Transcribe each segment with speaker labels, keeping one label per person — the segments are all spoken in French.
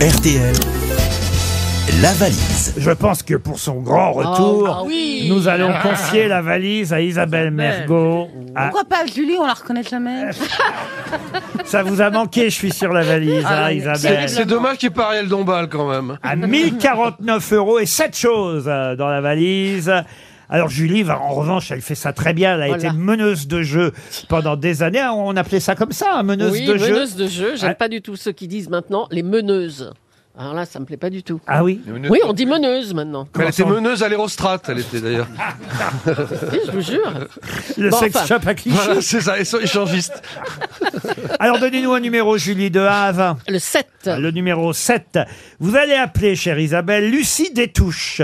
Speaker 1: RTL, la valise.
Speaker 2: Je pense que pour son grand
Speaker 3: Oh,
Speaker 2: retour,
Speaker 3: bah
Speaker 4: ah oui.
Speaker 2: nous allons confier la valise à Isabelle Mergot. Ah,
Speaker 4: Pourquoi pas Julie, on la reconnaît jamais
Speaker 2: ça vous a manqué, je suis sur la valise, hein,
Speaker 4: oui,
Speaker 2: Isabelle.
Speaker 5: Ben, C'est dommage qu'il n'y ait pas Ariel Dombal quand même.
Speaker 2: À 1049 euros et 7 choses euh, dans la valise. Alors Julie, va, en revanche, elle fait ça très bien. Elle a
Speaker 3: Voilà.
Speaker 2: été meneuse de jeu pendant des années. Ah, On appelait ça comme ça, hein, meneuse
Speaker 3: oui,
Speaker 2: de jeu.
Speaker 3: meneuses de jeu. J'aime
Speaker 2: Ah.
Speaker 3: pas du tout ceux qui disent maintenant les meneuses. Alors là, ça me plaît pas du tout.
Speaker 2: Ah oui
Speaker 6: Euh,
Speaker 3: Oui, on dit meneuse maintenant.
Speaker 5: Mais elle était
Speaker 2: Comment ça
Speaker 5: meneuse à l'Aérostrat, elle était d'ailleurs.
Speaker 3: Oui, je vous jure.
Speaker 2: Le
Speaker 3: Bon,
Speaker 2: sex
Speaker 3: enfin.
Speaker 2: shop à Clichy.
Speaker 5: Voilà, c'est ça, ils sont échangistes.
Speaker 2: Alors donnez-nous un numéro, Julie de Havre.
Speaker 3: Le 7.
Speaker 2: Euh, Le numéro 7. Vous allez appeler, chère Isabelle, Lucie Détouche.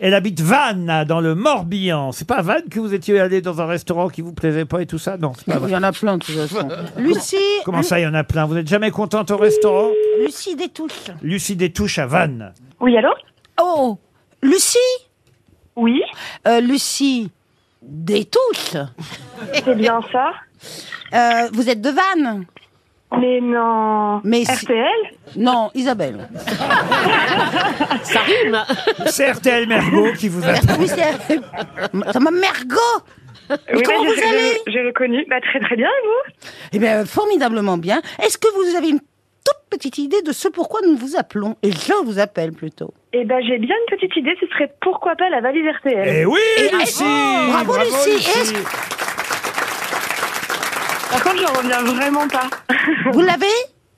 Speaker 2: Elle habite Vannes, dans le Morbihan. C'est pas à Vannes que vous étiez allé dans un restaurant qui vous plaisait pas et tout ça Non, c'est pas vrai.
Speaker 4: Il y en a plein de toute façon. Lucie,
Speaker 2: Comment ça, il y en a plein Vous n'êtes jamais contente au restaurant
Speaker 4: Lu- Lucie Détouche.
Speaker 2: Lucie Détouche à Vannes.
Speaker 7: Oui, allô
Speaker 4: Oh, Lucie
Speaker 7: Oui,
Speaker 4: Euh, Lucie Détouche
Speaker 7: c'est bien ça.
Speaker 4: Euh, Vous êtes de Vannes
Speaker 7: Mais non.
Speaker 4: Mais si-
Speaker 7: RTL
Speaker 4: Non, Isabelle.
Speaker 3: Ça rime.
Speaker 2: C'est RTL Mergo qui vous appelle.
Speaker 4: Ah Oui, c'est... Ça m'a mergot
Speaker 7: Oui,
Speaker 4: comment
Speaker 7: bah, j'ai-
Speaker 4: vous allez
Speaker 7: j'ai- J'ai reconnu. Bah, très très bien, et vous
Speaker 4: Eh bien, formidablement bien. Est-ce que vous avez une toute petite idée de ce pourquoi nous vous appelons Et je vous appelle plutôt.
Speaker 7: Eh ben, j'ai bien une petite idée. Ce serait pourquoi pas la valise RTL.
Speaker 2: Eh oui,
Speaker 4: Et-
Speaker 2: Lucie
Speaker 4: Oh, bravo, Lucie. Est-ce Eh.
Speaker 7: Par contre, j'en reviens vraiment pas.
Speaker 4: Vous l'avez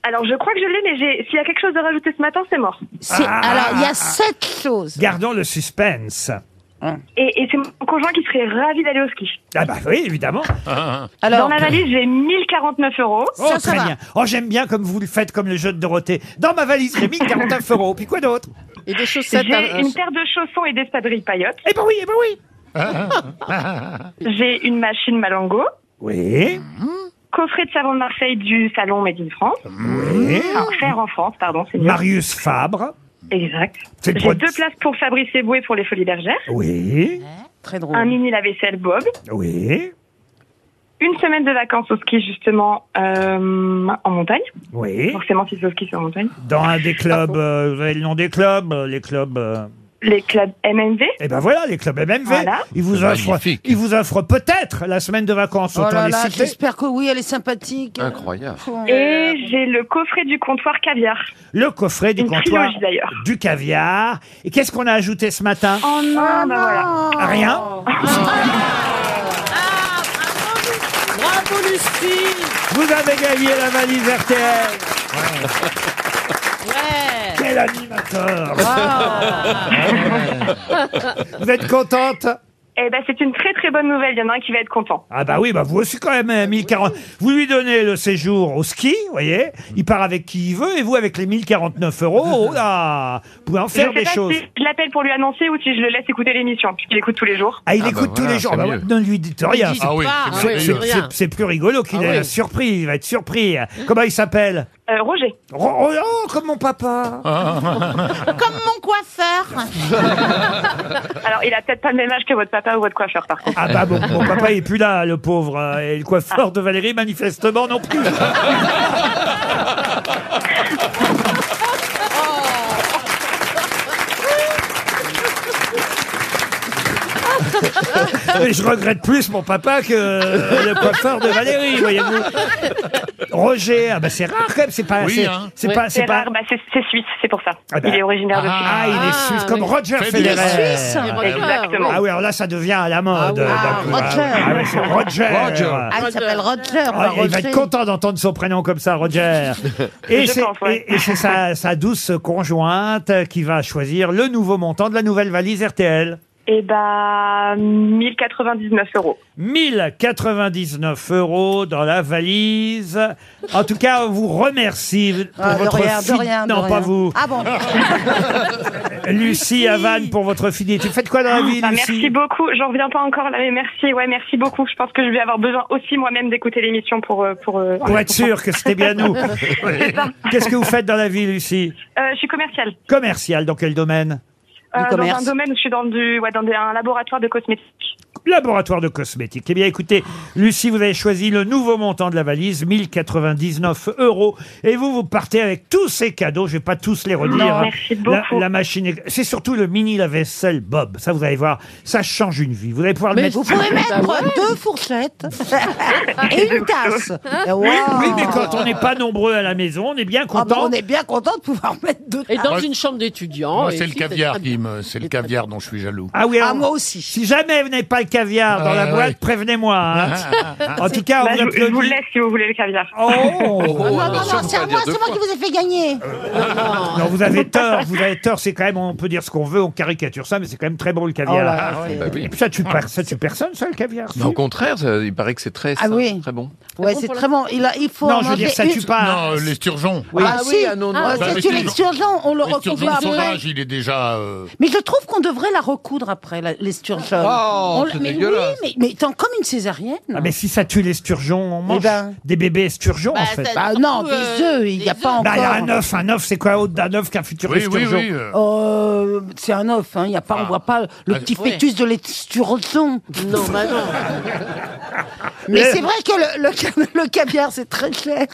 Speaker 7: Alors, je crois que je l'ai, mais j'ai- s'il y a quelque chose de rajouté ce matin, c'est mort.
Speaker 4: C'est-
Speaker 2: Ah.
Speaker 4: Alors, il y a sept choses.
Speaker 2: Gardons le suspense.
Speaker 7: Et, et c'est mon conjoint qui serait ravi d'aller au ski.
Speaker 2: Ah bah oui, évidemment.
Speaker 4: Alors,
Speaker 7: Dans la valise, j'ai 1049 euros.
Speaker 2: Oh,
Speaker 4: Ça, ça
Speaker 2: très
Speaker 4: va.
Speaker 2: bien. Oh, j'aime bien comme vous le faites, comme le jeu de Dorothée. Dans ma valise, j'ai mis 49 euros. Puis quoi d'autre
Speaker 3: Et des chaussettes.
Speaker 7: J'ai
Speaker 3: à-
Speaker 7: une paire de chaussons et d'espadrilles paillotes.
Speaker 2: Eh ben oui, eh ben oui.
Speaker 7: J'ai une machine Malango.
Speaker 2: Oui.
Speaker 7: Coffret de savon de Marseille du salon Made in France.
Speaker 2: oui.
Speaker 7: Enfin, faire en France, pardon, c'est mieux.
Speaker 2: Marius Fabre.
Speaker 7: Exact.
Speaker 2: C'est le
Speaker 7: J'ai
Speaker 2: produit-
Speaker 7: deux places pour Fabrice Eboué pour les Folies Bergères,
Speaker 2: Oui.
Speaker 4: très
Speaker 7: un
Speaker 4: drôle.
Speaker 7: mini lave-vaisselle Bob,
Speaker 2: Oui.
Speaker 7: une semaine de vacances au ski justement euh, en montagne.
Speaker 2: Oui.
Speaker 7: Forcément, si c'est au ski, c'est en montagne.
Speaker 2: Dans un des clubs, euh, vous avez le nom des clubs, euh, les clubs. euh,
Speaker 7: Les clubs MMV.
Speaker 2: eh ben voilà, les clubs MMV.
Speaker 7: Voilà.
Speaker 2: Ils vous offrent,
Speaker 5: magnifique.
Speaker 2: ils vous offrent peut-être la semaine de vacances.
Speaker 4: Oh
Speaker 2: Autant
Speaker 4: là
Speaker 2: les
Speaker 4: là,
Speaker 2: citer.
Speaker 4: j'espère que oui, elle est sympathique.
Speaker 5: Incroyable.
Speaker 2: Euh.
Speaker 7: Et j'ai le coffret du comptoir caviar.
Speaker 2: Le coffret du
Speaker 7: Une
Speaker 2: comptoir
Speaker 7: trilogie, d'ailleurs.
Speaker 2: du caviar. Et qu'est-ce qu'on a ajouté ce matin
Speaker 7: Oh non,
Speaker 2: Ah
Speaker 7: bah voilà.
Speaker 2: Rien.
Speaker 3: Bravo, Lucie.
Speaker 2: Vous avez gagné la valise RTL.
Speaker 3: Ouais.
Speaker 2: Quel animateur Vous êtes contente
Speaker 7: Eh ben, c'est une très très bonne nouvelle. Il y en a un qui va être content.
Speaker 2: Ah bah oui, bah vous aussi quand même, hein, 1040. Vous lui donnez le séjour au ski, vous voyez, il part avec qui il veut, et vous avec les 1049 euros, oh là Vous pouvez en
Speaker 7: Je
Speaker 2: faire
Speaker 7: sais
Speaker 2: des
Speaker 7: pas
Speaker 2: choses.
Speaker 7: si je l'appelle pour lui annoncer ou si je le laisse écouter l'émission, puisque j'écoute tous les jours.
Speaker 2: Ah, il
Speaker 5: Ah bah
Speaker 2: écoute tous
Speaker 5: voilà,
Speaker 2: les jours,
Speaker 5: c'est
Speaker 2: Bah
Speaker 5: mieux.
Speaker 2: ouais, ne lui dites rien.
Speaker 3: Ah oui.
Speaker 2: C'est- c'est-
Speaker 3: rien.
Speaker 2: C'est c'est plus rigolo qu'il
Speaker 3: Ah
Speaker 2: est
Speaker 3: oui.
Speaker 2: surpris, il va être surpris. Comment il s'appelle
Speaker 7: Euh, Roger.
Speaker 2: Ro- Oh, oh, comme mon papa
Speaker 3: Ah.
Speaker 4: Comme mon coiffeur. Ah,
Speaker 7: Alors, il a peut-être pas le même âge que votre papa ou votre coiffeur, par contre.
Speaker 2: Ah bah bon, mon papa il est plus là, le pauvre. euh, Et le coiffeur de Valérie, manifestement non plus. Mais je regrette plus mon papa que euh, le coiffeur de Valérie, voyez-vous. Roger, ah bah c'est rare quand même, c'est pas.
Speaker 6: Oui,
Speaker 2: c'est-
Speaker 6: hein.
Speaker 2: c'est
Speaker 3: Oui.
Speaker 2: pas.
Speaker 7: C'est
Speaker 2: pas-
Speaker 7: rare, bah, c'est c'est suisse, c'est pour ça.
Speaker 2: Ah bah.
Speaker 7: Il est originaire de Suisse.
Speaker 2: Ah, il est
Speaker 3: Ah,
Speaker 2: suisse, comme
Speaker 3: oui.
Speaker 2: Roger
Speaker 6: Federer.
Speaker 2: Federer.
Speaker 3: Suisse.
Speaker 7: Exactement.
Speaker 2: Ah oui, alors là, ça devient à la mode.
Speaker 3: Ah oui.
Speaker 2: d'un
Speaker 3: Ah,
Speaker 2: coup.
Speaker 4: Roger.
Speaker 2: Ah oui, c'est Roger.
Speaker 5: Roger.
Speaker 4: Ah, il s'appelle Roger.
Speaker 2: Ah,
Speaker 4: pas
Speaker 2: il va être
Speaker 4: Roger.
Speaker 2: content d'entendre son prénom comme ça, Roger. Et
Speaker 7: Je
Speaker 2: c'est
Speaker 7: pense, ouais.
Speaker 2: et- et c'est sa, sa douce conjointe qui va choisir le nouveau montant de la nouvelle valise RTL.
Speaker 7: Eh bah, 1099 euros.
Speaker 2: 1099 euros dans la valise. En tout cas, on vous remercie pour
Speaker 4: Ah, de
Speaker 2: votre
Speaker 4: rien, de
Speaker 2: fid-
Speaker 4: rien, de
Speaker 2: Non,
Speaker 4: rien.
Speaker 2: pas vous.
Speaker 4: Ah bon
Speaker 2: Lucie Havane pour votre fidélité. Vous faites quoi
Speaker 4: Ah,
Speaker 2: dans la vie,
Speaker 7: Bah,
Speaker 2: Lucie
Speaker 7: merci beaucoup. J'en reviens pas encore là, mais merci. Ouais, merci beaucoup. Je pense que je vais avoir besoin aussi moi-même d'écouter l'émission pour euh, pour. euh,
Speaker 2: Pour être sûr que c'était bien nous. Qu'est-ce que vous faites dans la vie, Lucie
Speaker 7: Euh, je suis commerciale.
Speaker 2: Commercial, dans quel domaine
Speaker 7: Euh, dans
Speaker 4: commerce.
Speaker 7: un domaine où je suis dans du ouais dans des- un laboratoire de cosmétiques.
Speaker 2: laboratoire de cosmétiques. Eh bien, écoutez, Lucie, vous avez choisi le nouveau montant de la valise, 1099 euros. Et vous, vous partez avec tous ces cadeaux. Je vais pas tous les redire.
Speaker 7: Non,
Speaker 2: hein.
Speaker 7: merci
Speaker 2: La-
Speaker 7: beaucoup.
Speaker 2: La, machine. est- C'est surtout le mini lave-vaisselle Bob. Ça, vous allez voir. Ça change une vie. Vous allez pouvoir le
Speaker 3: Mais
Speaker 2: mettre.
Speaker 3: vous
Speaker 4: Vous pouvez
Speaker 3: Bah
Speaker 2: Ah
Speaker 4: mettre
Speaker 3: ouais.
Speaker 4: deux fourchettes et une tasse. Wow.
Speaker 2: Oui, mais quand on n'est pas nombreux à la maison, on est bien
Speaker 4: Ah bah,
Speaker 2: content.
Speaker 4: on est bien content de pouvoir mettre deux
Speaker 3: Et
Speaker 4: tasses.
Speaker 3: dans
Speaker 6: Moi,
Speaker 3: une chambre d'étudiant.
Speaker 6: Moi,
Speaker 3: Oh, et
Speaker 6: c'est le
Speaker 3: si,
Speaker 6: caviar
Speaker 3: très
Speaker 6: qui
Speaker 3: bien.
Speaker 6: me, c'est le
Speaker 3: C'est très
Speaker 6: caviar dont je suis jaloux.
Speaker 2: Ah oui,
Speaker 4: Ah,
Speaker 2: on-
Speaker 4: moi aussi.
Speaker 2: Si jamais vous n'avez pas le caviar dans
Speaker 6: Ah,
Speaker 2: la
Speaker 6: ouais,
Speaker 2: boîte,
Speaker 6: ouais.
Speaker 2: prévenez-moi. hein.
Speaker 6: Ah.
Speaker 2: en tout cas, on
Speaker 7: Bah, je, je
Speaker 2: applaudit.
Speaker 7: vous le laisse si vous voulez le caviar.
Speaker 2: Oh
Speaker 5: Oh,
Speaker 4: Ah, non, non,
Speaker 5: attention,
Speaker 4: non,
Speaker 5: faut
Speaker 4: c'est
Speaker 5: pas
Speaker 4: à moi,
Speaker 5: dire deux
Speaker 4: c'est moi
Speaker 5: fois.
Speaker 4: qui vous ai fait gagner.
Speaker 2: Euh, Non, vous avez tort, vous avez tort. C'est quand même, on peut dire ce qu'on veut, on caricature ça, mais c'est quand même très bon le
Speaker 4: Oh
Speaker 2: caviar.
Speaker 6: Ah ouais,
Speaker 5: Bah oui.
Speaker 2: Et puis ça tue, par- ça tue personne, ça, le caviar.
Speaker 5: Mais au
Speaker 2: si
Speaker 5: contraire, ça- il paraît que c'est très,
Speaker 4: Ah
Speaker 5: sain,
Speaker 4: oui.
Speaker 5: très bon.
Speaker 4: Ouais,
Speaker 3: bon
Speaker 4: c'est
Speaker 3: pour
Speaker 4: très bon. Il, a- il faut
Speaker 2: Non,
Speaker 4: en
Speaker 2: je veux dire,
Speaker 4: manger
Speaker 2: ça
Speaker 4: une-
Speaker 2: tue pas.
Speaker 6: Non, euh, l'esturgeon.
Speaker 5: Oui.
Speaker 4: Ah, si.
Speaker 5: ah non, non.
Speaker 3: Ah,
Speaker 4: Ah,
Speaker 6: bah,
Speaker 4: c'est
Speaker 6: mais
Speaker 4: une
Speaker 6: c'est-
Speaker 4: l'exturgeon, on le recoupe
Speaker 6: L'esturgeon
Speaker 4: pas après.
Speaker 6: sauvage, il est déjà. euh,
Speaker 4: Mais je trouve qu'on devrait la recoudre après, la- l'esturgeon.
Speaker 5: Oh,
Speaker 4: On-
Speaker 5: c'est
Speaker 4: mais oui,
Speaker 5: dégueulasse.
Speaker 4: mais, mais tant comme une césarienne.
Speaker 2: Ah, mais si ça tue les sturgeons, on mange
Speaker 4: ben.
Speaker 2: des bébés esturgeons, en
Speaker 8: Bah,
Speaker 2: fait.
Speaker 8: ça-
Speaker 2: Bah,
Speaker 4: Bah
Speaker 8: Surtout,
Speaker 4: non, des
Speaker 8: euh,
Speaker 4: œufs, il n'y a
Speaker 8: des œufs.
Speaker 4: pas
Speaker 2: il y a un
Speaker 4: encore.
Speaker 2: œuf, un œuf, c'est quoi autre d'un œuf qu'un futur
Speaker 6: Oui, oui,
Speaker 2: esturgeon
Speaker 6: oui. euh,
Speaker 3: Oh,
Speaker 4: Euh, c'est un œuf, hein. Il y a pas, on
Speaker 6: Ah.
Speaker 4: voit pas le
Speaker 6: Ah,
Speaker 4: petit
Speaker 3: ouais.
Speaker 4: fœtus de l'esturgeon.
Speaker 3: Non, bah non.
Speaker 4: Mais
Speaker 2: Eh.
Speaker 4: c'est vrai que le, le ca- le caviar, c'est très cher,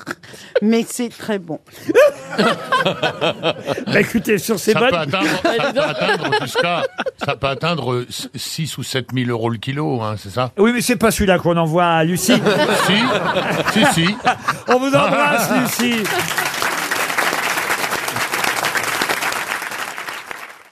Speaker 4: mais c'est très bon.
Speaker 2: Bah, écoutez, sur ces
Speaker 6: Ça peut
Speaker 2: bonnes...
Speaker 6: atteindre, ça peut atteindre jusqu'à, ça peut atteindre 6 ou 7 000 euros le kilo, hein, c'est ça
Speaker 2: Oui, mais c'est pas celui-là qu'on envoie à Lucie.
Speaker 6: Si, si, si.
Speaker 2: On vous embrasse, Lucie.